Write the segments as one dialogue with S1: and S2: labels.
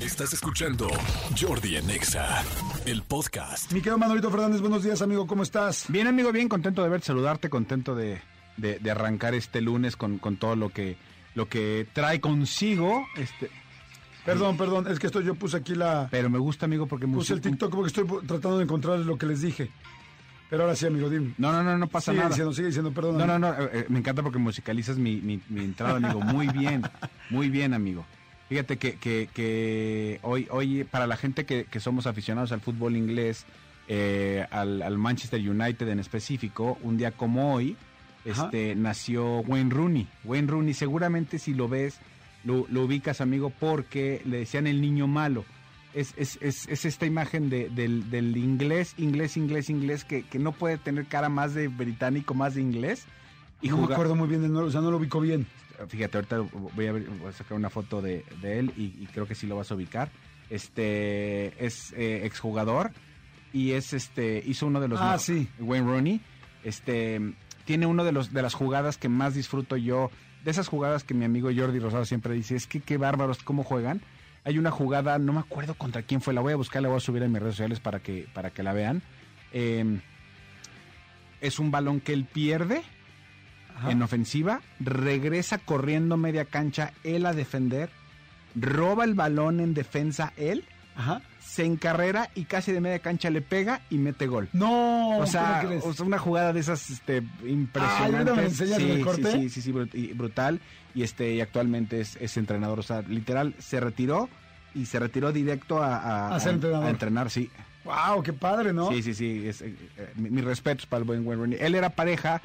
S1: Estás escuchando Jordi en EXA, el podcast.
S2: Mi querido Manolito Fernández, buenos días, amigo, ¿cómo estás?
S3: Bien, amigo, bien, contento de verte, saludarte, contento de, de- de arrancar este lunes con, con todo lo que, lo que trae consigo. Este,
S2: Perdón, perdón, es que esto yo puse aquí la...
S3: pero me gusta, amigo, porque me
S2: Puse Pues el
S3: gusta-
S2: TikTok porque estoy tratando de encontrar lo que les dije. Pero ahora sí, amigo, dime.
S3: No, no, no, no pasa
S2: sigue
S3: nada.
S2: diciendo, sigue diciendo, perdón.
S3: No, no, no, eh, eh, me encanta porque musicalizas mi, mi- mi entrada, amigo. Muy bien, muy bien, amigo. Fíjate que, que- que hoy, hoy, para la gente que, que somos aficionados al fútbol inglés, eh, al, al Manchester United en específico, un día como hoy,
S2: Ajá.
S3: este, nació Wayne Rooney. Wayne Rooney, seguramente si lo ves, lo, lo ubicas, amigo, porque le decían el niño malo. Es, es- es- es esta imagen de- del, del inglés, inglés, inglés, inglés, que, que no puede tener cara más de británico, más de inglés. Y
S2: No me
S3: jugar-
S2: acuerdo muy bien, de no- o sea, no lo ubico bien.
S3: Fíjate, ahorita voy a, ver- voy a sacar una foto de, de él y, y creo que sí lo vas a ubicar. Este es eh, exjugador y es este hizo uno de los
S2: Ah,
S3: me-
S2: sí.
S3: Wayne Rooney. Este tiene uno de los de las jugadas que más disfruto yo, de esas jugadas que mi amigo Jordi Rosado siempre dice, es que qué bárbaros cómo juegan. Hay una jugada, no me acuerdo contra quién fue, la voy a buscar, la voy a subir a mis redes sociales para que para que la vean. Eh, es un balón que él pierde
S2: Ajá.
S3: en ofensiva, regresa corriendo media cancha él a defender, roba el balón en defensa él,
S2: Ajá.
S3: se encarrera y casi de media cancha le pega y mete gol.
S2: No,
S3: O sea,
S2: ¿cómo crees?
S3: o sea, una jugada de esas este,
S2: Ah, ¿ahorita
S3: impresionantes.
S2: me enseñas el ¿eh?
S3: sí, sí,
S2: corte?
S3: sí, sí, sí, brut- y brutal. Y este, y actualmente es, es entrenador. O sea, literal, se retiró y se retiró directo a, a-
S2: A ser
S3: a-
S2: entrenador.
S3: a entrenar, sí.
S2: wow, qué padre, ¿no?
S3: Sí, sí, sí. es, eh, eh, mi- mis respetos para el buen Wayne Rooney. Él era pareja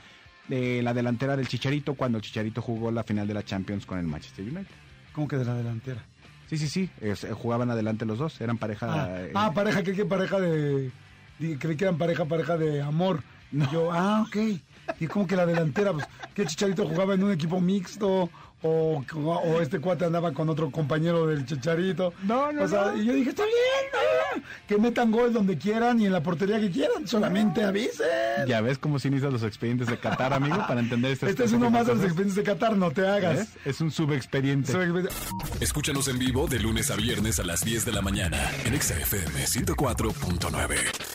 S3: de la delantera del Chicharito cuando el Chicharito jugó la final de la Champions con el Manchester United.
S2: ¿Cómo que de la delantera?
S3: Sí, sí, sí. es- eh, jugaban adelante los dos. Eran pareja.
S2: Ah,
S3: eh,
S2: ah, pareja, que, que pareja de... di- Creí que eran pareja, pareja de amor. Yo, ah, ok. Y como que la delantera, pues, que Chicharito jugaba en un equipo mixto, o, o este cuate andaba con otro compañero del Chicharito.
S3: No, no,
S2: O sea,
S3: no.
S2: y yo dije, está bien, no, que metan gol donde quieran y en la portería que quieran, solamente
S3: Ah.
S2: avisen.
S3: Ya ves cómo se inician los expedientes de Qatar, amigo, para entender este
S2: Este es uno más de los expedientes de Qatar, no te hagas. Este
S3: Es un subexpediente.
S2: Soy-
S1: Escúchanos en vivo de lunes a viernes a las 10 de la mañana en Exa FM 104.9.